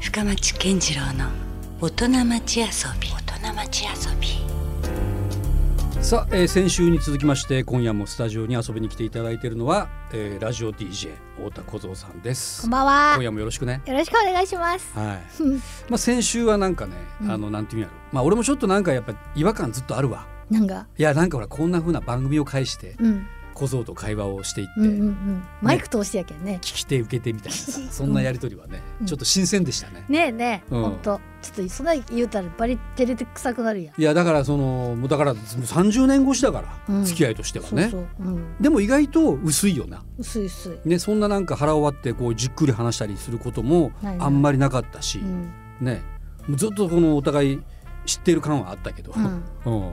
深町健次郎の大人町遊び大人町遊びさあ、えー先週に続きまして今夜もスタジオに遊びに来ていただいているのは、えーラジオ DJ 太田小僧さんですこんばんは今。夜もよろしくねよろしくお願いします。はい。まあ先週はなんかね、あのなんていうんやろまあ俺もちょっとなんかやっぱ違和感ずっとあるわなんか、いやなんかほらこんな風な番組を介してうん、小僧と会話をしていって、うん、うん、うん、マイク通してやけんね。聞き手受け手み たいなさそんなやりとりはね、うんちょっと新鮮でしたね、ねえねえ、うんほんと、ちょっとそんな言うたら、バリ照れて臭くなるやん。いやだからそのもうだからもう30年越しだから、うん付き合いとしてはねそうそう、うん、でも意外と薄いよな、薄い薄い。ね、そんななんか腹を割ってこうじっくり話したりすることもないなあんまりなかったし、うん、ねもうずっとこのお互い知ってる感はあったけど、うん、 うん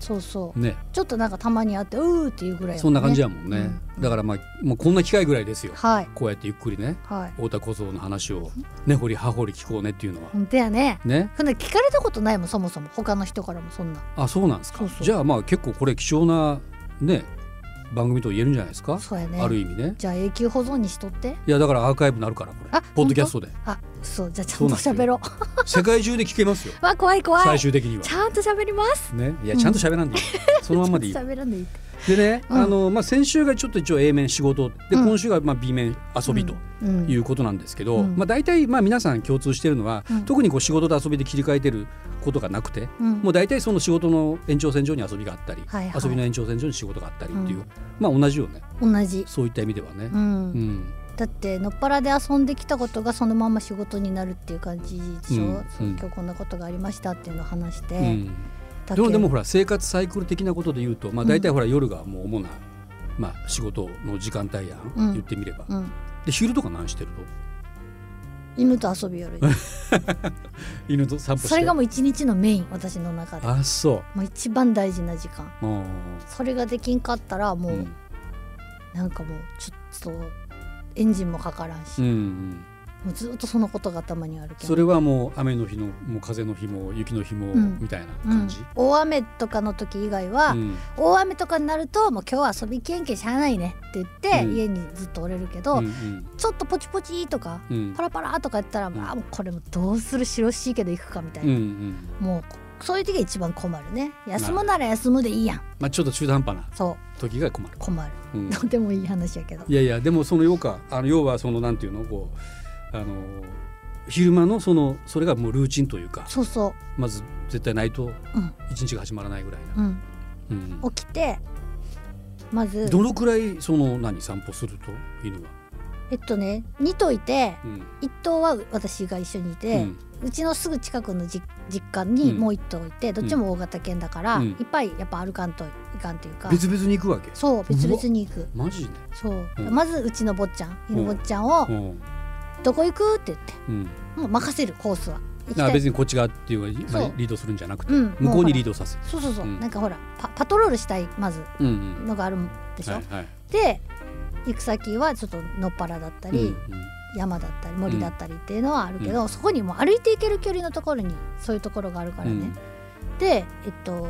そうそう。ねちょっとなんかたまにあって、うーっていうぐらい、ね。そんな感じやもんね、うんだからまあもうこんな機会ぐらいですよはい、こうやってゆっくりねはい。太田小僧の話を根掘り葉掘り聞こうねっていうのはほんとやね。ねそんな聞かれたことないもん、そもそも、他の人からも、そんな。あそうなんですかそうそうじゃあまあ結構これ貴重なね番組と言えるんじゃないですか、そうやね。ある意味ねじゃあ、永久保存にしとって。いやだからアーカイブなるからこれあポッドキャス トであ、そう、じゃあ、ちゃそうんなとんですよ喋ろ世界中で聞けますよ う。わ、怖い、怖最い。終的にはち。ゃんと喋ります。ね、いやちゃんと喋らんでいい、そのまんまでいい ちゃんと喋らんでいい。でね、うんあのまあ、先週がちょっと一応 A 面仕事で、うん今週がまあ B 面遊びとうん。いうことなんですけど、うんまあ、大体まあ皆さん共通してるのは、うん特にこう仕事と遊びで切り替えてることがなくて、うん、もう大体その仕事の延長線上に遊びがあったり、はいはい遊びの延長線上に仕事があったりっていう、うんまあ同じよね同じ、そういった意味ではねう。んうんだってのっぱらで遊んできたことがそのまま仕事になるっていう感じでしょ、うんそううん今日こんなことがありましたっていうのを話して、うんでだけもどでもほら生活サイクル的なことで言うと、まあ、大体ほら夜がもう主な、まあ、仕事の時間帯やん、うん言ってみれば。うん、で昼とか何してるの犬と遊 びよる犬と散歩してそれがもう一日のメイン私の中であそもう一番大事な時間ううんそれができんかったらもうう、んなんかもうちょっとエンジンもかからんうし、んうもんうずっとそのことが頭にあるけどそれはもう雨の日のもう風の日も雪の日もうんみたいなうん感じ、大雨とかの時以外は、うん大雨とかになるともう今日は遊びきれんけんしゃあないねって言って、うん家にずっとおれるけど、うんうんちょっとポチポチとかうんパラパラとかやったら、んあもうこれもどうする白しいけど行くかみたいうんうな、んもうそういう時が一番困るね休むなら休むでいいやんまあちょっと中途半端なそう時が困る、困るうん、とてもいい話やけどいやいやでもその要かあの要はそのなんていうのこうあの昼間のそのそれがもうルーチンというかそうそまず絶対ないとううん一日が始まらないぐらいな、うんうん起きてまずどのくらいその何散歩すると犬は、えっとね2頭いてうん1頭は私が一緒にいて、うちのすぐ近くのじ実家にうんもう1頭いて、どっちも大型犬だから、うんいっぱいやっぱ歩かんといかんといううかん、別々に行くわけそう別々に行くマジで、そう、うんまずうちの坊ちゃん犬坊ちゃんをうん「どこ行く?」って言ってうん、もう任せるコースは行きあたい別にこっち側っていうか、まあそうリードするんじゃなくて、うん向こうにリードドさせる。そうそうそう、うんなんかほらパパトロールしたいまずうんうんのがあるでしょ、はいはいで行く先はちょっと野っ原だったうんり、うん山だったり森だったりっていうのはあるけど、そこにもう歩いて行ける距離のところにそういうところがあるからね、でえっと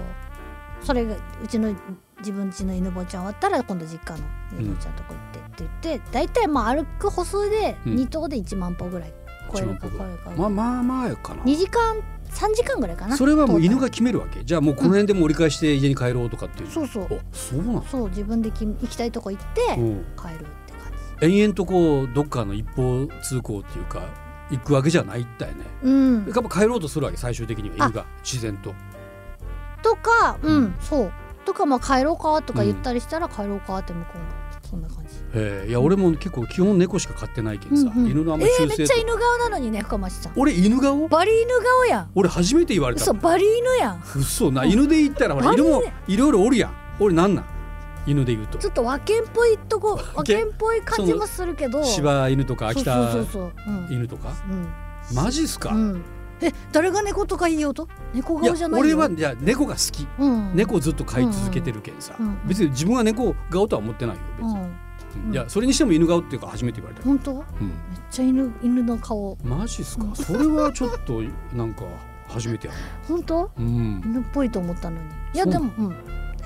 それがうちの自分家の犬坊ちゃん終わったら今度実家の犬坊ちゃんのとこ行ってって言って大体まあ歩く歩数でうん2頭で1万歩ぐらい超えるか1超えるか、まあまあまあか2な。時間3時間ぐらいかなそれはもう犬トーが決めるわけ。じゃあもうこの辺でもう折り返して家に帰ろうとかっていう。タルそうそうおそうなの。そう自分でき行きたいとこ行ってうん帰るって感じ延々とこうどっかの一方通行っていうか行くわけじゃないんだよね。うんやっぱ帰ろうとするわけ最終的にはあ犬が自然と。とかうん、うんそうとかまあ帰ろうかとか言ったりしたら帰ろうかって向こうもそんな感じえーいや俺も結構基本猫しか飼ってないけどさ、うんうん犬のあんまえー、忠めっ誠ちとゃ。犬顔なのにね深町さん俺犬顔？バリ犬顔やん俺初めて言われたも嘘ん。バリ犬やん嘘な犬で言ったらほらあれ犬もいろいろおるやん俺なんなん犬で言うとちょっと和犬っぽいとこ和犬犬っぽい感じもするけど柴犬とか秋田そうそうそうそううん犬とかうんマジっすか、うんえ誰が猫とか言いようと猫いや顔じゃない俺よはいや猫が好きうん猫をずっと飼い続けてるけんさ、うんうん別に自分は猫顔とは思ってないよ別うに、んうんいやそれにしても犬顔っていうか初めて言われた、本当めっうんちゃ犬犬の顔マジっすうかんそれはちょっとなんか初めてやな、本当うん、犬っぽいと思ったのにいやそうでも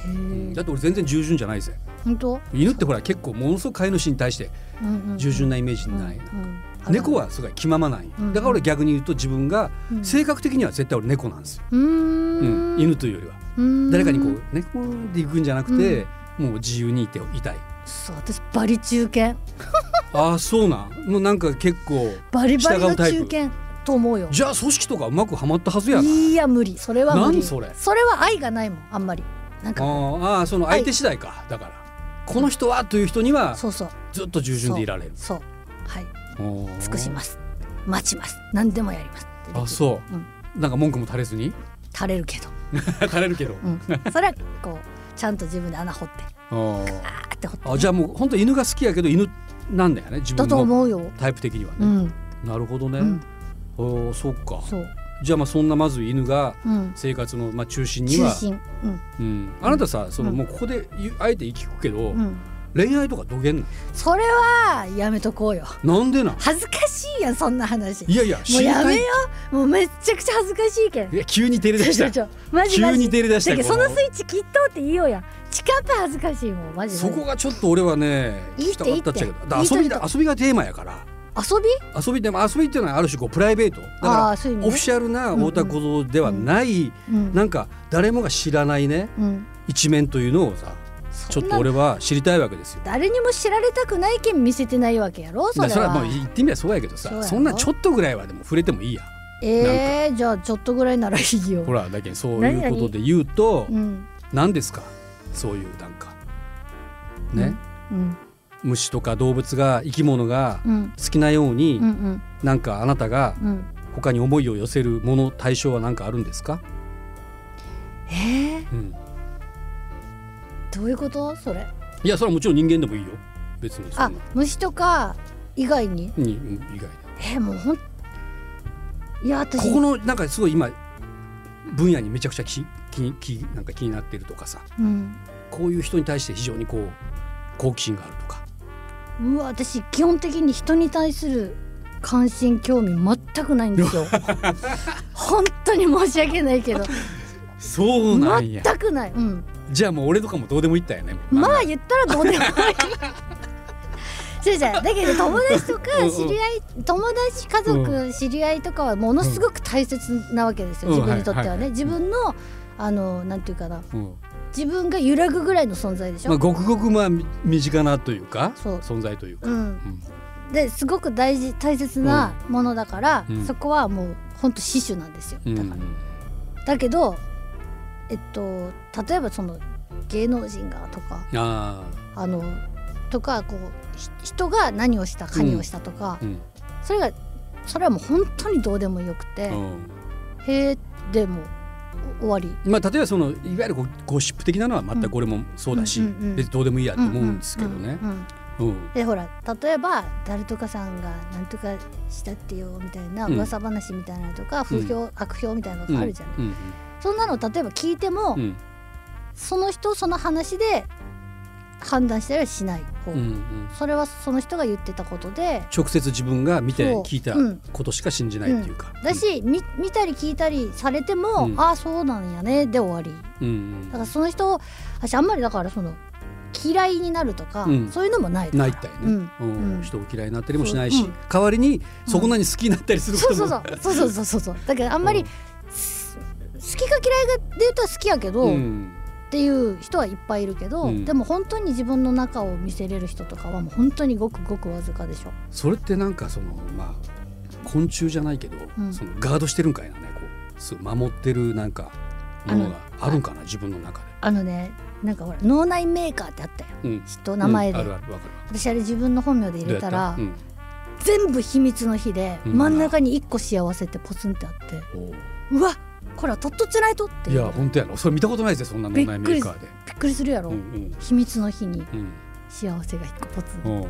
うんへだえって俺全然従順じゃないぜ本当犬ってほら結構ものすごく飼い主に対してうんうん従順なイメージない、うんうんある猫はすごい気ままなんようんだから俺逆に言うと自分がうん性格的には絶対俺猫なんですよ、うーんうん犬というよりはうん誰かにこう猫で行くんじゃなくて、もう自由にいていたいそう私バリ中堅ああそうなんもうなんか結構バリバリ従のうタイ中プ堅と思うよじゃあ組織とかうまくはまったはずやないや無理それは無何理それは愛がないもんあんまりなんあかーあーその相手次第か、だからこの人はという人にはそうそうずっと従順でいられるそうはいおー尽くします待ちます何でもやります、あそううん、うなんか文句も垂れずに 垂れるけど、垂れるけど、うん、 それはこうちゃんと自分で穴掘ってああーって掘って、ーあじゃあもう本当犬が好きやけど犬なんだよね自だ分との思うよタイプ的にはうね、んなるほどね、うんおーそうかそうじゃあまあそんなまず犬がうん生活のまあ中心に中は、心うんうん、あなたさそのうんもうここで言うあえて聞くけど、うん恋愛とかどげんのそれはやめとこうよなんでなん恥ずかしいやんそんな話いやいやもうやめよいもうめっちゃくちゃ恥ずかしいけんいや急に照れ出しちょたちょちょマジマジ急に照れ出しただけどそこののスイッチ切っとうっていいようやん近っぱ恥ずかしいもんマジそマジこがちょっと俺はねいいってしたかったっちゃけいいっどてだから遊びいいだと遊びがテーマやから遊び遊びでも遊びっていうのはある種こうプライベートだああかーそういうら意オフ味ィねシャルな太田小僧ではない、うんなんか誰もが知らないねうん一面というのをさちそょんっなと俺は知りたいわけですよ。誰にも知られたくないけん見せてないわけやろそだれからそれははもう言ってみればそうやけどさそうそやろんなちょっとぐらいはでも触れてもいいやえー、じゃあちょっとぐらいならいいよほらだけどそういうことで言うとうん何ですかそういうなんかね、うん虫とか動物が生き物がうん好きなように、うんうんなんかあなたがうん他に思いを寄せるもの対象は何かあるんですか、えー、うん、どういうことそれいやそれはもちろん人間でもいいよ別にそあんな虫とか以外ににうん以外でえー、もうほんいや私ここのなんかすごい今分野にめちゃくちゃ気気気なんか気になってるとかさうんこういう人に対して非常にこう好奇心があるとかうわ私基本的に人に対する関心興味全くない んですよ本当に申し訳ないけどそうなん全やくない、うん、じゃあもう俺とかもどうでもいいったよねまあ言ったらどうでもいいそうじゃんだけど友達とかうんうん知り合い友達家族知り合いとかはものすごく大切なわけですよ、うん自分にとってはうんはいはいね、自分のあのなんていうかなうん自分が揺らぐぐらいの存在でしょ、まあ、ごくごくまあみ身近なというかそう存在というか、うん、ですごく大事大切なものだから、うんそこはもう本当死守なんですようだんから、だけどえっと例えばその芸能人がとかああのとかこうひ人が何をした何をしたとかー、、うんそれがそれはもう本当にどうでもよくて、うんへえでもお終わりまあ、例えばそのいわゆるゴゴシップ的なのは全くこれもそうだし、うんうんうん別にどうでもいいやと思うんですけどねう。んうんうんうんでほら例えば誰とかさんが何とかしたってよみたいなうん噂話みたいなのとか、不評悪評みたいなのがあるじゃない、うんそんなの例えば聞いても、うんその人その話で判断したりはしない方、うんうんそれはその人が言ってたことで直接自分が見てそう聞いたうんことしか信じないっていうか。だし、み見たり聞いたりされても、うんああそうなんやねで終わりうんだからその人を私あんまりだからその嫌いになるとか、うんそういうのもないうん、ないったよね、うんう、うんん人を嫌いになったりもしないし、そううん代わりにそこなに好きになったりするこそうとも、そ うそうそうそうそうそうそうだけどあんまり、す好きか嫌いがで言うと好きやけど、うんっんていう人はいっぱいいるけど、うんでも本当に自分の中を見せれる人とかはもう本当にごくごくわずかでしょそれってなんかそのまあ昆虫じゃないけど、うんそのガードしてるんかいなねこうすごい守ってるなんかものがあるんかな自分の中で。あのねなんかほら脳内メーカーってあったようんきっと名前で、うんあるあるわかる私あれ自分の本名で入れたらどうやっ全部秘密の日で、うん真ん中に一個幸せってポツンってあってたうんおううわこれはとっとつないとっていいうや本当やろそれ見たことないですよそんな脳びっ内くりメーカーで。びっくりするやろ、うん秘密の日にうん幸せが一個ポツうン、うんわ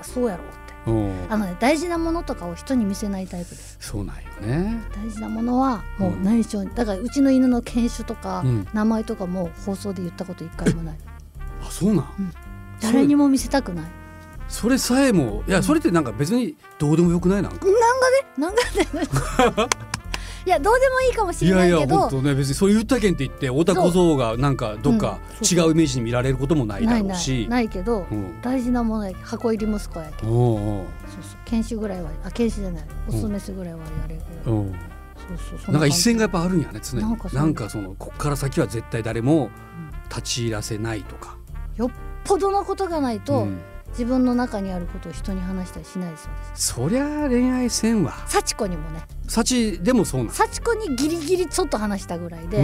そうやろっておうおうあのね大事なものとかを人に見せないタイプですそうなんよね。大事なものはもううん内緒に、だからうちの犬の犬種とか、うん名前とかも放送で言ったこと一回もないあそうなん。そう誰にも見せたくないそれさえもいやそれってなんか別にどうでもよくないなんか。なんかね いやどうでもいいかもしいれなやいいけやど本当ね別にそういう歌県って言って太田小僧がなんかどっかうん違そううイメージに見られることもないだないろうないし。ないけど、うん大事なものやけ箱入り息子やけおうそうそう研修ぐらいはあ研修じゃないおすめすぐらいはやれる、おうおうそうそうそなんか感一じ線がやっぱあるんやね常にななんんかかそうそのこっから先は絶対誰も立ち入らせないとか、ほどのことがないうと、ん自分の中にあることを人に話したりしないです私そりゃ恋愛せんわ幸子にもね幸でもそうなん幸子にギリギリちょっと話したぐらいで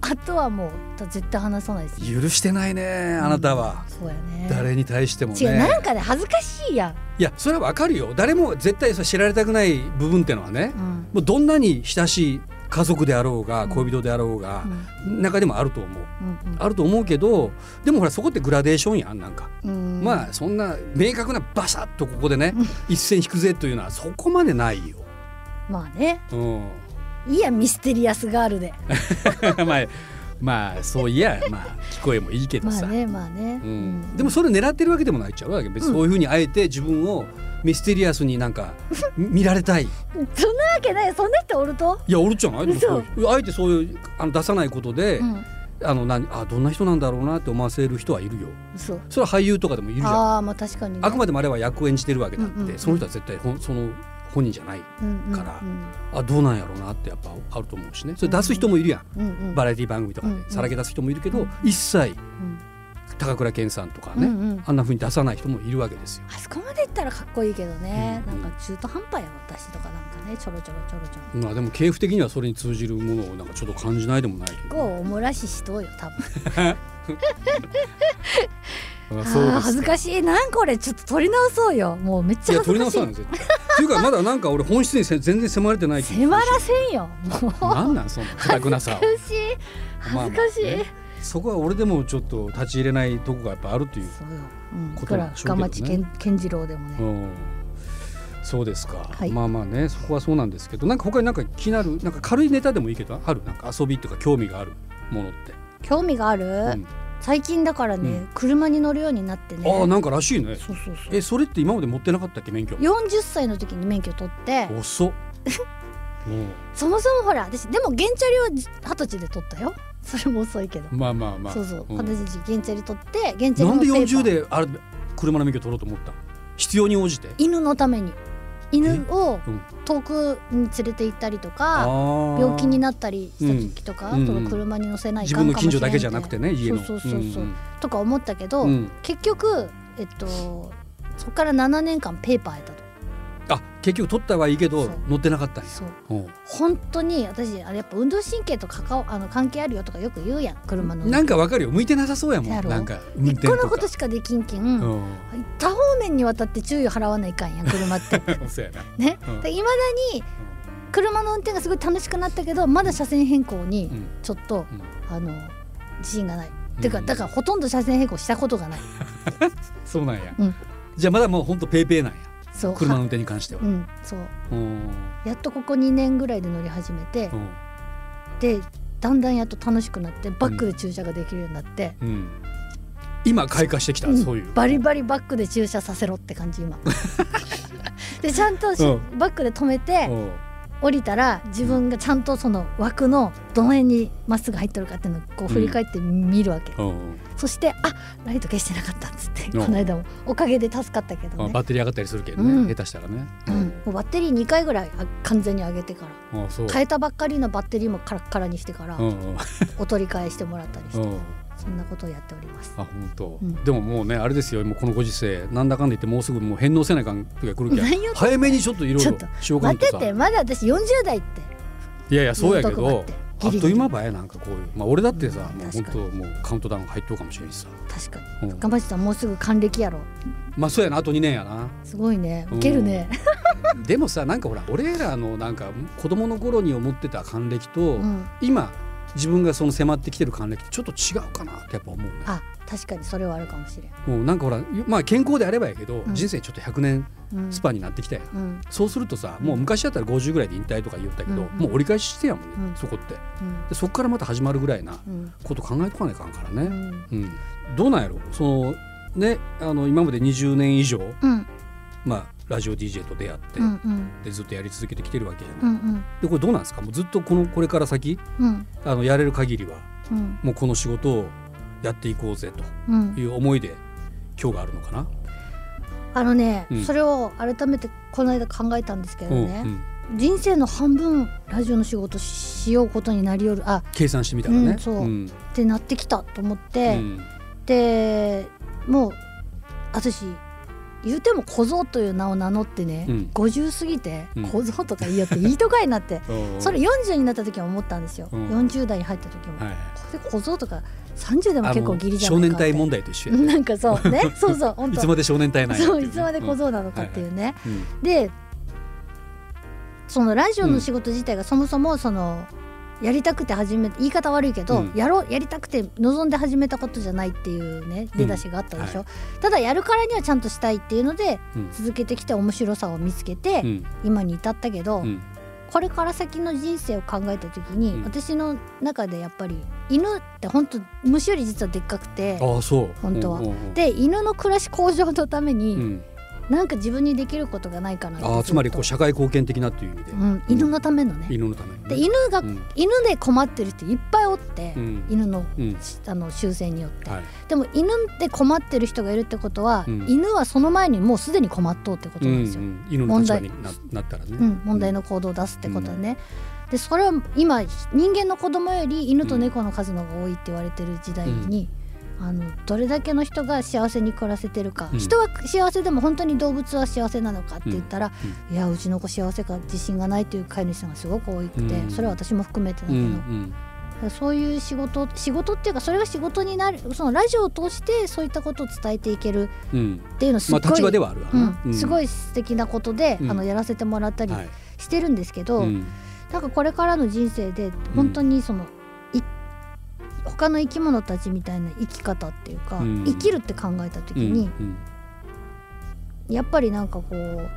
あとはもう絶対話さないですね許してないねあなたは、そうやね誰に対しても違うなねんかね恥ずかしいやいやそれはわかるよ誰も絶対さ知られたくない部分ってのはねん、うんもうどんなに親しい家族であろうがうん恋人であろうがう、ん中でもあると思ううんあると思うけどでもほらそこってグラデーションやんなんかうんまあそんな明確なバサッとここでね一線引くぜというのはそこまでないよ。まあねうん いいやミステリアスガールでまあまあそういやまあ聞こえもいいけどまあさ、ねまあね、うんうんでもそれ狙ってるわけでもないっちゃうわけ別にそういうふうにあえて自分をミステリアスになん か見られたいいそんなわけないそんな人おると、やおるじゃないでも嘘そういうあえてそういうあの出さないことで、うんあの何あどんな人なんだろうなって思わせる人はいるよそうそれは俳優とかでもいるじゃんあああまあ確かにね、くまでもあれは役を演じてるわけだって、うんうんうんその人は絶対ほんその本人じゃないうんからうんあどうなんやろうなってやっぱあると思うしねそれ出す人もいるやん、うんうんバラエティ番組とかでうんうんさらけ出す人もいるけど、うん一切うん高倉健さんとかうんね、うんあんな風に出さない人もいるわけですよ。あそこまでいったらかっこいいけどね、うんうんなんか中途半端や私とかなんかねちょろちょろちょろちょろまあでも系譜的にはそれに通じるものをなんかちょっと感じないでもない結構おもらししとうよ多分けど。あー恥ずかしいなんかこれちょっと撮り直そうよもうめっちいゃや取恥りず直さないかしい絶対。っていうかまだなんか俺本質にせ全然迫れてない気がする迫らせんよもうなんなんそのかくなさ。恥ずかしい恥ずかしい、まあまあねそこは俺でもちょっと立ち入れないとこがやっぱあるという。そうよ、うん、こことれなんはでしょうけど深ね町健健次郎でもうね、ん。そうですか、はいまあまあねそこはそうなんですけどなんか他になんか気になるなんか軽いネタでもいいけどあるなんか遊びとか興味があるものって、興味がある、うん最近だからね、う車に乗るようになってねああなんからしいねそうそうそうえそれって今まで持ってなかったっけ免許40歳の時に免許取って遅っ もそもそもほら私でも原チャリはじ二十歳で取ったよそれも遅いけどう、まあまあまあそうそう、ん私たち原チャリ取って原チャリなのんでペーパー40であれ車の免許取ろうと思ったの必要に応じて犬のために犬をうん遠くに連れて行ったりとあかー病気になったりした時とか、うんその車に乗せない自かん分のかも近しれ所んだけじゃなくてね家のそうそうそうそううんとか思ったけど、うんうん結局えっとそこから7年間ペーパーやったとあ結局取ったはいいけどそう乗ってなかったんやそうう本当に私あれやっぱ運動神経とかかわあの関係あるよとかよく言うやん車のんなんかわかるよ向いてなさそうやもやんろなんか運一転個のとこかとしかできんけん、うん 多方面にわたって注意を払わないかんやん車ってそうやなねうんいまだに車の運転がすごい楽しくなったけどまだ車線変更にうんちょっと、あの自信がない。うんてかだからほとんど車線変更したことがない。そうなんやうんじゃあまだもうほんとペーペーなんやそう車の運転に関してはうん、そううんやっとここ2年ぐらいで乗り始めて、うんでだんだんやっと楽しくなってバックで駐車ができるようになって、うん今開花してきたうんそういうバリバリバックで駐車させろって感 じ今でちゃんとし、うバックで止めてうん降りたら自分がちゃんとその枠のどの辺にまっすぐ入っとるかっていうのをこう振り返って見るわけ、うんそしてあライト消してなかったっつって、うんこの間もおかげで助かったけどあね、バッテリー上がったりするけどね、うん下手したらね、うん、もうバッテリー2回ぐらいあ完全に上げてからあそう変えたばっかりのバッテリーもカラッカラにしてから、うんうんお取り替えしてもらったりして、うんそんなことをやっております。あ本当、うんでももうねあれですよもうこのご時世なんだかんだ言ってもうすぐもう返納せないかんとか来るけど何よ早めにちょっといろいちょろっとしようか待んとてさってまだ私40代っていやいやそうやけ言うどとこあ待ってギリギリっという間ばやなんかこういうまあ俺だってさ、うんもう確本か当にもうカウントダウン入っとうかもしれんしさ、確かにうん頑張ってたもうすぐ還暦やろまあそうやなあと2年や なすごいねうんウケるね、でもさなんかほら俺らのなんか子供の頃に思ってた還暦と、うん、今自分がその迫ってきてる還暦ってちょっと違うかなってやっぱ思うねあ確かにそれはあるかもしれん、もうなんかほらまあ健康であればやけど、ん人生ちょっと100年うん、スパンになってきたやん、うんそうするとさもう昔だったら50ぐらいで引退とか言ったけど、うんうんもう折り返ししてやもんね、うんそこってうんでそこからまた始まるぐらいなうんこと考えとかないかんからうね、んうんどうなんやろそのねあの今まで20年以上うんまあラジオ DJ と出会って、うんうんでずっとやり続けてきてるわけじゃない、うんうんでこれどうなんですかもうずっとこのこれから先うんあのやれる限りはうんもうこの仕事をやっていこうぜうんという思いで今日があるのかな。あのね、うんそれを改めてこの間考えたんですけどうんねう、ん人生の半分ラジオの仕事ししようことになりよるあ計算してみたらね。うんそうんってなってきたと思っうて、んでもう私言うても小僧という名を名乗ってね、うん50過ぎてうん小僧とか言いよっていいとかになって、おーそれ40になった時は思ったんですよ、うん40代に入った時も、はいこれ小僧とか30でもあ結の構ギリじゃ少な年いかって隊問題と一緒やね なんかそうねそうそう 本い当つまで少年隊なんやってそういいつまで小うね僧なのかっていうね、うんうんでそのラジオの仕事自体がそもそもその、やりたくて始め言い方悪いけど、うんやろうやりたくて望んで始めたことじゃないっていうね出だしがあったでしょ、はただやるからにはちゃんとしたいっていうので、うん続けてきて面白さを見つけて、うん今に至ったけうど、んこれから先の人生を考えた時に、うん私の中でやっぱり犬って本当虫より実はでっかくてああそう本当はうんうんうんで犬の暮らし向上のために、うんなんか自分にできることがないかなってああつまりこうずっ社会貢献的なっていう意味でとうん、犬のためのね、犬のためにねで犬が、うん犬で困ってる人いっぱいおって、うん犬のうんあの習性によって、はいでも犬で困ってる人がいるってことは、うん犬はその前にもうすでに困っとうってことうなんんですよ、うん犬の立場にななったらねうん問題の行動を出すってことね、でそれは今人間の子供より犬と猫の数の方が多いって言われてる時代に、あのどれだけの人が幸せに暮らせてるか、うん人は幸せでも本当に動物は幸せなのかって言ったら、いやうちの子幸せか自信がないという飼い主さんがすごく多くて、うんそれは私も含めてだけうど、んうんそういう仕事仕事っていうかそれが仕事になるそのラジオを通してそういったことを伝えていけるうんっていうのすまごあ立い、場ではあるわなうん、すごい素敵なことで、うんあのやらせてもらったりはいしてるんですけど、うんなんかこれからの人生で本当にその、い他の生き物たちみたいな生き方っていうか、うん生きるって考えた時に、うんうんやっぱりなんかこう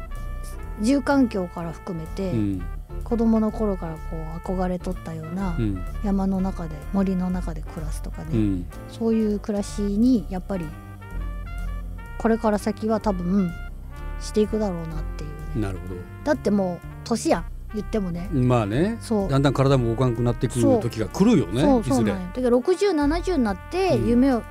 住環境から含めて、うん子供の頃からこう憧れとったようなうん山の中で森の中で暮らすとかね、うんそういう暮らしにやっぱりこれから先は多分していくだろうなっていうねなるほだってもう年やん言ってもねどまあねそうだんだん体も動かなくなってくそるう時が来るよねそういそうずれなんよだから6070になってうん夢を、い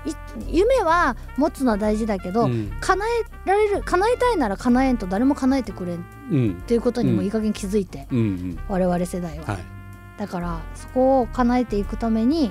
夢は持つのは大事だけど、うん叶えられる叶えたいなら叶えんと誰も叶えてくれんっうんていうことにもうんいい加減気づいて、うんうん我々世代は、はいだからそこを叶えていくために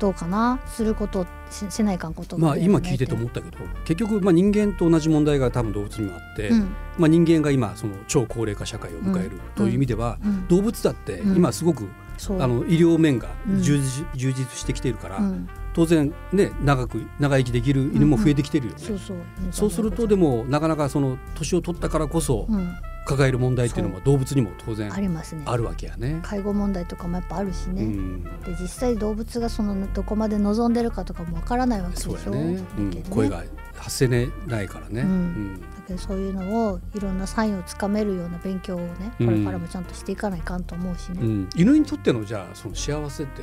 どうかなすることししないかんことまあ今聞いててと思ったけど結局まあ人間と同じ問題が多分動物にもあって、うんまあ、人間が今その超高齢化社会を迎えるという意味では、うん動物だってうん今すごく、そうあの医療面がうん充実,、充実してきているから、うん、当然ね長く長生きできる犬も増えてきてるよね。そうそうそうするとででもなかなかその年を取ったからこそうん、抱える問題っていうのは動物にも当然ありますねあるわけやね。介護問題とかもやっぱあるしうね、ん、で実際動物がそのどこまで望んでるかとかもわからないわけでしそょうやね、うんだけどね声が発せねないからね。うんうんだけどそういうのをいろんなサインをつかめるような勉強をねこれからもちゃんとしていかないかんと思うしうね、ん、犬にとってのじゃあその幸せって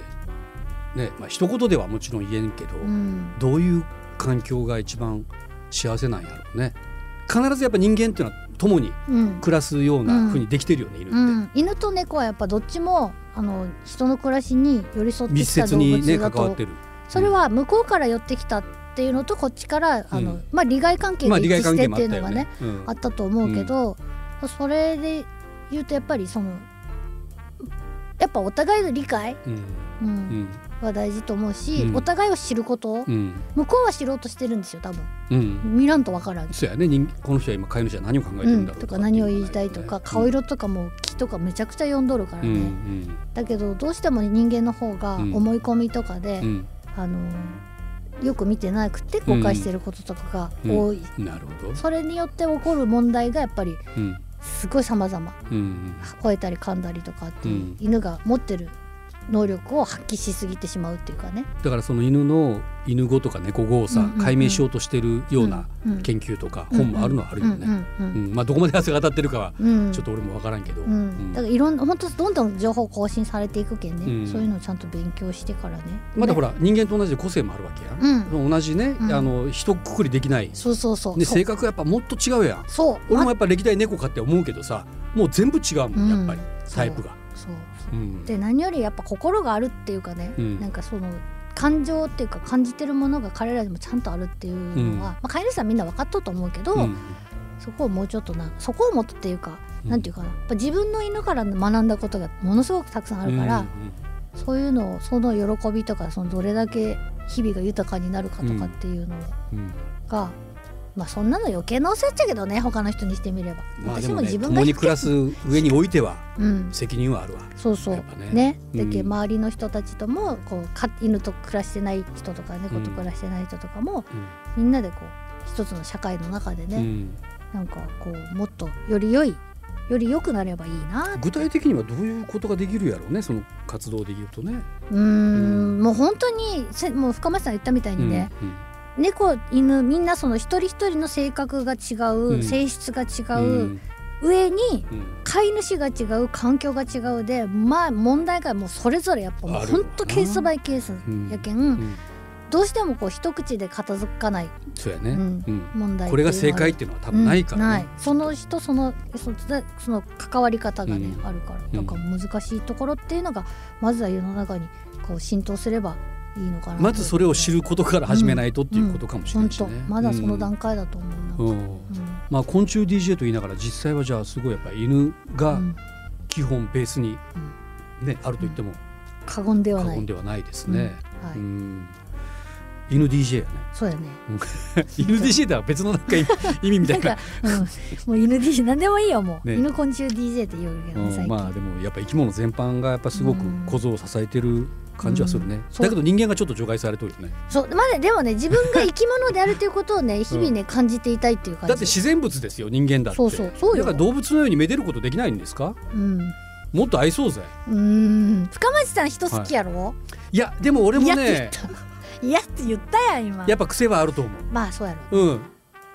ねまあ一言ではもちろん言えんけど、うんどういう環境が一番幸せなんやろうね必ずやっぱ人間っていうのは共にうん暮らすようなふうにできてるよね、う犬って。ん、犬と猫はやっぱどっちもあの人の暮らしに寄り添って密きた接動にね物関だわとってる。それは向こうから寄ってきたっていうのとこっちからあうの、んまあ、利害関係まがあ利一致害関し係てっもあてっいたうのよがねね。うんあったと思うけど、それで言うとやっぱりそのやっぱお互いの理解、うんうんうんは大事と思うし、うんお互いを知ること、うん向こうは知ろうとしてるんですよ多分うん見らんとわからん、そうやね人この人は今飼い主は何を考えてうるんん、だろうとか何を言いたいとか、顔色とかも気とかめちゃくちゃ読んどるからうね、んうんだけどどうしても人間の方がうん思い込みとかで、うんあのよく見てなくて誤解してることとかが多い、うんなるほど。それによって起こる問題がやっぱりうんすごい様々うん吠えたり噛んだりとかっていう、うん犬が持ってる能力を発揮しすぎてしまうっていうかね。だからその犬の犬語とか猫語をさ、うんうんうん解明しようとしてるようなうんうん研究とか本もあるのはあるよね、うんうんうんまあ、どこまで汗が当たってるかはうんちょっと俺も分からんけど、うん、だからいろんな本当どんどん情報更新されていくけんね、うんそういうのをちゃんと勉強してからね。まだほら、ら人間と同じで個性もあるわけやん、同じね、うんあの一括りできない、そうそうそう。ね、そう性格やっぱもっと違うやんそう俺もまやっぱ歴代猫かって思うけどさもう全部違うもんやっぱり、うんタイプが。そううんで何よりやっぱ心があるっていうかね、うんなんかその感情っていうか感じてるものが彼らにもちゃんとあるっていうのは、まあ、飼い主さんみんな分かっとうと思うけど、うんそこをもうちょっとなそこをもっとっていうか、うんなんていうかなやっぱ自分の犬から学んだことがものすごくたくさんあるから、うんそういうのをその喜びとかそのどれだけ日々が豊かになるかとかっていうのうんうんが、まあそんなの余計なお世話だけどね他の人にしてみれば、まあで私ももね自分共がに暮らす上においてはうん責任はあるわ。そうそうやっぱねねうんだけど周りの人たちともこうか犬と暮らしてない人とか猫と暮らしてない人とかも、みんなでこう一つの社会の中でうね、んなんかこうもっとより良いより良くなればいいな具体的にはどういうことができるやろうねその活動で言うとね。うーんもう本当にせもう深町さん言ったみたいにね、うんうん猫犬みんなその一人一人の性格が違う、うん性質が違う、うん上にうん飼い主が違う環境が違うでまあ問題がもうそれぞれやっぱもうあるよほなんとケースバイケースやけん、うんどうしてもこう一口で片付かないそうやね。ううんん問題これがって正いうのは解っていうのは多分ないからうねん。ないその人そのそのその関わり方がね、うんあるからんなんか難しいところっていうのがまずは世の中にこう浸透すればいいのかなまずそれを知ることから始めないとっていうことかもしれな本いし当ね。まだそのうん段階だと思うな、うんうんまあ、昆虫 DJ と言いながら実際はじゃあすごいやっぱ犬うがん基本ベースに、ねあると言っても過言では過ない言ではないですね。うんはいうん犬 DJ やね。そ うやね犬 DJ とは別のなんか意味 意味みたないんなか、うん、もう犬 DJ 何でもいいよもう、ね犬昆虫 DJ って言うけどねう最ん、近、まあでもやっぱ生き物全般がやっぱすごく小僧を支えてる感じはするね、うんそうだけど人間がちょっと除外されてるよねそうまだでもね自分が生き物であるということをね日々ね感じていたいっていう感じだって自然物ですよ人間だってそうそうそうよだから動物のようにめでることできないんですかうんもっと愛そうぜうーん深町さん人好きやろ、いやでも俺も嫌ってね言った嫌って言ったやん今やっぱ癖はあると思うまあそうやろうん、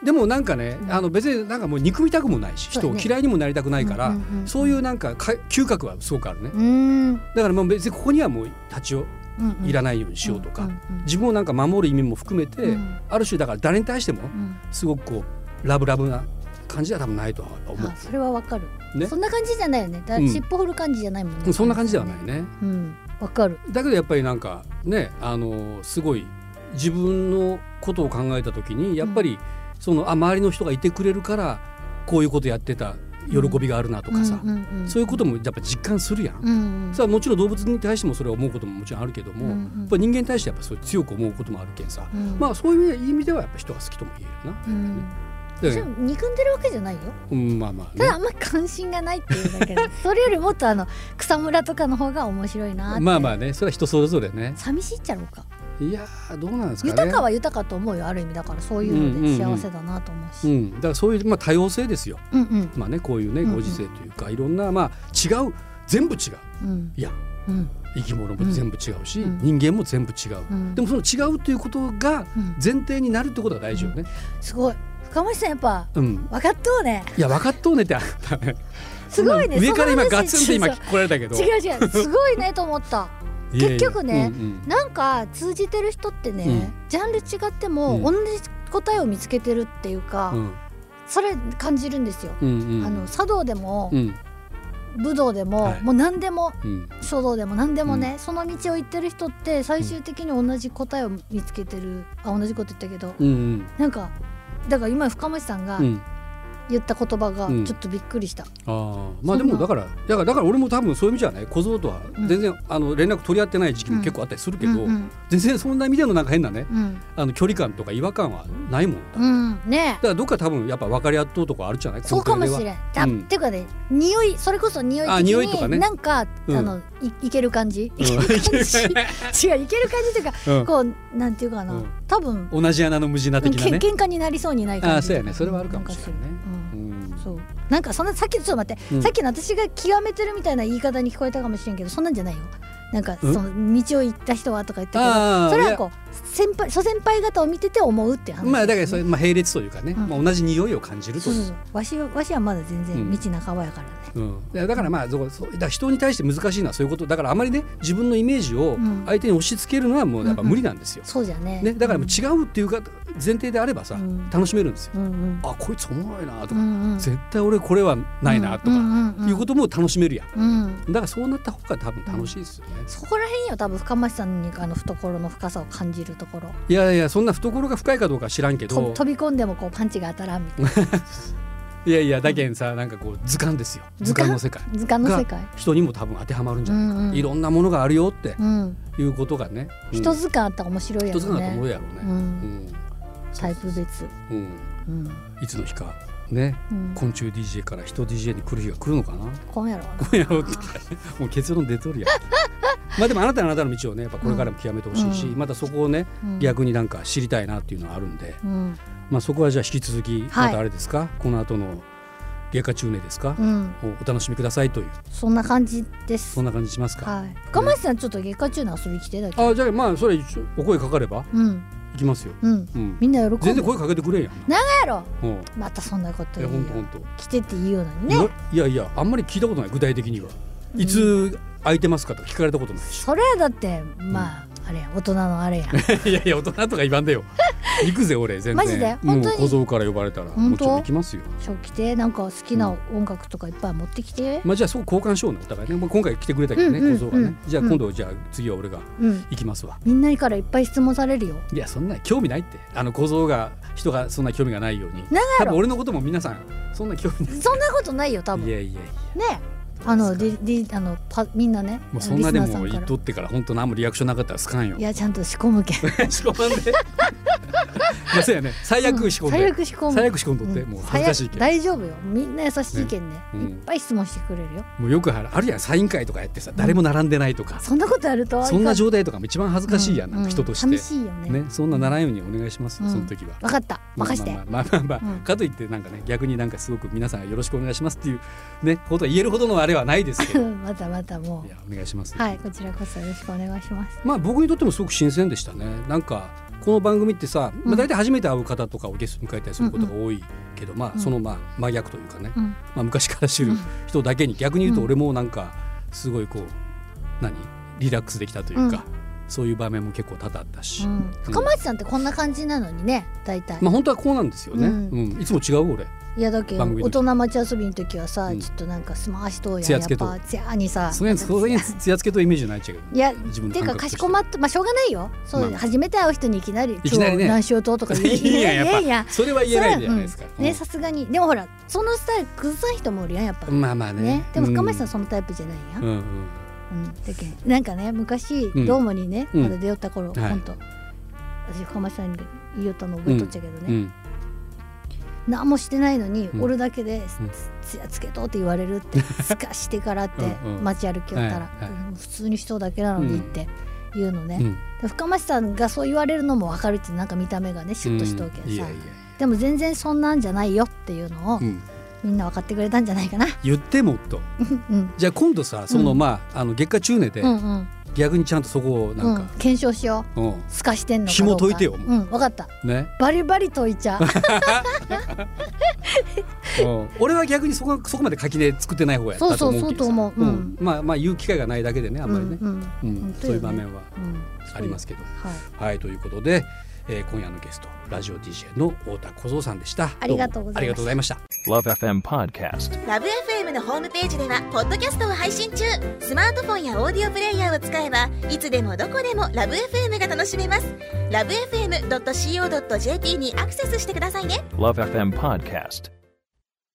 でもなんかね、うんあの別になんかもう憎みたくもないしそう人やをね嫌いにもなりたくないから、うんうんうんそういうなんかか嗅覚はすごくあるねうーん、だからもう別にここにはもう立ちをうんうん、いらんないようにしようとか、うんうんうん自分をなんか守る意味も含めて、うんある種だから誰に対してもうんすごくこうラブラブな感じは多分ないとは思あそれはわかる、うねそんな感じじゃないよねだうん尻尾振る感じじゃないもんね、うんそんな感じではないねうんわかるだけどやっぱりなんかねあのすごい自分のことを考えた時にやっぱりそのあ周りの人がいてくれるからこういうことやってた喜びがあるなとかさ、うんうんうん、そういうこともやっぱ実感するやん。うんうんそれはもちろん動物に対してもそれは思うことももちろんあるけども、うんうんやっぱ人間に対してやっぱそう強く思うこともあるけんさ、うんまあそういう意味ではやっぱ人が好きとも言えるな。うんだかそれら憎んでるわけじゃないようん、まあまあただねあ。んま関心がないってい うだけでそれよりもっとあの草むらとかの方が面白いなってまあまあねそれは人それぞれね寂しいっちゃろうかいやーどうなんですかね豊かは豊かと思うよある意味だからそういうので幸せだなと思ううしん、だからそういう、まあ、多様性ですようんうんまあねこういうねうんうんご時世というか、いろんなまあ違う全部違ううんいやうん生き物も全部違うし、うん人間も全部違う、うんでもその違うということがうん前提になるってことが大事よね。すごい深町さんやっぱうん、分かっとうねいや分かっとうねってあったね。 すごいね上から今その話ガツンって今そう来られたけど。そう違う違うすごいねと思ったいやいや結局ねうんうんなんか通じてる人ってね、うんジャンル違っても、うん同じ答えを見つけてるっていうか、うんそれ感じるんですよ、うんうんあの茶道でもう、ん武道でも、はいもう何でもうん書道でも何でもね、その道を行ってる人って最終的に同じ答えを見つけてる、あ同じこと言ったけど、うんうんなんかだから今深町さんがうん言った言葉がうんちょっとびっくりした、あーまあそでんなもだからだからだから俺も多分そういう意味じゃない小僧とは全然、あの連絡取り合ってない時期も結構あったりするけど、うん全然そんな意味でのなんか変なねうんあの距離感とか違和感はないもんだ,、うだん、うんねえからどっか多分やっぱ分かり合っとうとこあるじゃないそうかもしれん。根底ではだ、うんっていうかね、匂い、それこそ匂い的あに匂いとかねなんか、うんあのいいける感じ、うんいける感じ違ういける感じというか、うん こうなんていうかな、うん多分、同じ穴の無地なうん、的けなね喧嘩になりそうにない感じ。あーそうやねそれはあるかもしれないねんかうするんうんそうなんかそんなさっきのちょっと待って、うんさっきの私が極めてるみたいな言い方に聞こえたかもしれんけどそんなんじゃないよなんかそうんの道を行った人はとか言ったけあどーそれはこう先輩祖先輩方を見てて思うっていう話、まあだからそれ、まあ、並列というかね、うんまあ、同じ匂いを感じるとそいううそうそうわしはわしはまだ全うん然道半ばやからね、うん、いやだからまあそうそうだから人に対して難しいのはそういうことだからあまりね自分のイメージをうん相手に押し付けるのはもうやっぱ無理なんですよ、そうじゃねね、だからもう違うっていうか前提であればさ、うん楽しめるんですよ、うんうんあこいつおもろいなとうか、んうん絶対俺これはないなとか、うんうんうんいうことも楽しめるやんうんだからそうなった方が多分楽しいですよね、そこら辺よ多分深町さんにあの懐の深さを感じるところいやいやそんな懐が深いかどうか知らんけとど飛び込んでもこうパンチが当たらんみたい ないやいやだけんさなんかこう図鑑ですよ図図鑑鑑の世界図鑑の世界人にも多分当てはまるんじゃないか、うんうんいろんなものがあるよってうんいうことがね、うん人図鑑あったら面白いや一つろなんだと思ねうやろうね、うんタイプ別うんうんうんいつの日かねうん昆虫 DJ から人 DJ に来る日が来るのかな こんやろいやもう結論出とるやん まあでもあなたのあなたの道をねやっぱこれからも極めてほしいし、うんまたそこをねうん逆になんか知りたいなっていうのはあるんで、うんまあそこはじゃあ引き続きはいまたあれですか、この後の外科中年ですかう、んおお楽しみくださいというそんな感じですそんな感じしますか、はい深町さんちょっと月下中の遊び来てだけどあじゃあまあそれ一緒お声かかればうん行きますよ、うんうん、みんな喜ぶ全然こ声かけてくれんやんやろうんまたそんなことい言やほんうとほよんと来てって言うのになねいやいやあんまり聞いたことない具体的にはうんいつ空いてますかとか聞かれたことないし、それはだってまああれや大人の あれや いやいや大人とか言わんでよ 行くぜ俺全然マジで本当もにう小僧から呼ばれたら本もち当ろん行きますよそう来てなんか好きな音楽とかいっぱい持ってきてまあじゃあそこ交換しようねお互いねもう今回来てくれたけどね、うんうん小僧がね、うんじゃあ今度じゃあ次は俺がうん行きますわみんなからいっぱい質問されるよいやそんな興味ないってあの小僧が人がそんな興味がないように長多や分ろ俺のことも皆さんそんな興味ないそんなことないよ多分いねやいやいやあのリリあのパみんなねもうそんなでリスナーさもんか言らっとってから本当何もリアクションなかったらすかんよ いやちゃんと仕込むけん仕込まんで まあそうやね最悪仕込んで、最悪仕込む最悪仕込んどって、うんもう恥ずかしいけど最悪大丈夫よみんな優しいけんねうんいっぱい質問してくれるよもうよくあるあるやんサイン会とかやってさ誰も並んでないとか、そんなことあるとそんな状態とかも一番恥ずかしいやん、うなんか人として、寂しいよねねそんなならんようにお願いしますよ、うんその時は。分かった任してまあまあまあまあまあ、うんかといってなんかね逆になんかすごく皆さんよろしくお願いしますっていうねことは言えるほどのあれはないです けどまたまたもいやお願いします、うはいこちらこそよろしくお願いしますまあ僕にとってもすごく新鮮でしたねなんかこの番組ってさ、まあ、大体初めて会う方とかをゲストに迎えたりすることが多いけど、まうあんそのまあ真逆というかね、うんまあ、昔から知る人だけに逆に言うと俺もなんかすごいこう何リラックスできたというか、そういう場面も結構多々あったし、うん深町さんってこんな感じなのにね大体まあ本当はこうなんですよね、ううんんいつも違う俺いやだけど番組の大人待ち遊びの時はさ、うんちょっとなんかスマーしとうやんつややつっけとうぱつやにさそれにそれにつやつけとイメージないっちゃうけどいや自分のていうか感覚かとししてこまってまあしょうがないよそう、まあ初めて会う人にいきなり「いきなりね今日何しようと」とか言えい いやんやっぱいやそれは言えないじゃないですか、うんねさすがにでもほらそのスタイル崩さん人もおるやんやっぱ、うんまあまあねねでも深町さんうそのタイプじゃないやん、ん、うんうんうんだけんなんかね昔、うんどうもにねうんまだ出よった頃、はいほんと私深町さんに言いよったの覚えとっちゃけどね、うん何もしてないのに、うん俺だけでうん「つやつけと」って言われるって すかしてからってうんうん街歩きよったらはいはいうん普通に人だけなのにって言うのね、うんで深町さんがそう言われるのも分かるってなんか見た目がねシュッとしとうけんいやさ、いやいやでも全然そんなんじゃないよっていうのを、うんみんな分かってくれたんじゃないかな。言ってもっとうんじゃあ今度さその、うんまああの月下中年でうんうん逆にちゃんとそこをうなんんか、検証しようんうすかしてんのかどうか紐解いてよもううん分かったね、バリバリ解いちゃ ううん俺は逆にそこそこまで垣根作ってない方やったと思うけどさそうそうそうと思ううんまあまあ言う機会がないだけでねあんまりね、うんうんうん本当そうよねいう場面はうんありますけど。はいはいということで、えー今夜のゲストラジオ DJ の太田小僧さんでした。ありがとうごどもあざいましたりがとうございました。 Love FM Podcast. ラブ f m のホームページではポッドキャストを配信中スマートフォンやオーディオプレイヤーを使えばいつでもどこでもラブ f m が楽しめますラブ FM.co.jp にアクセスしてくださいね Love FM Podcast.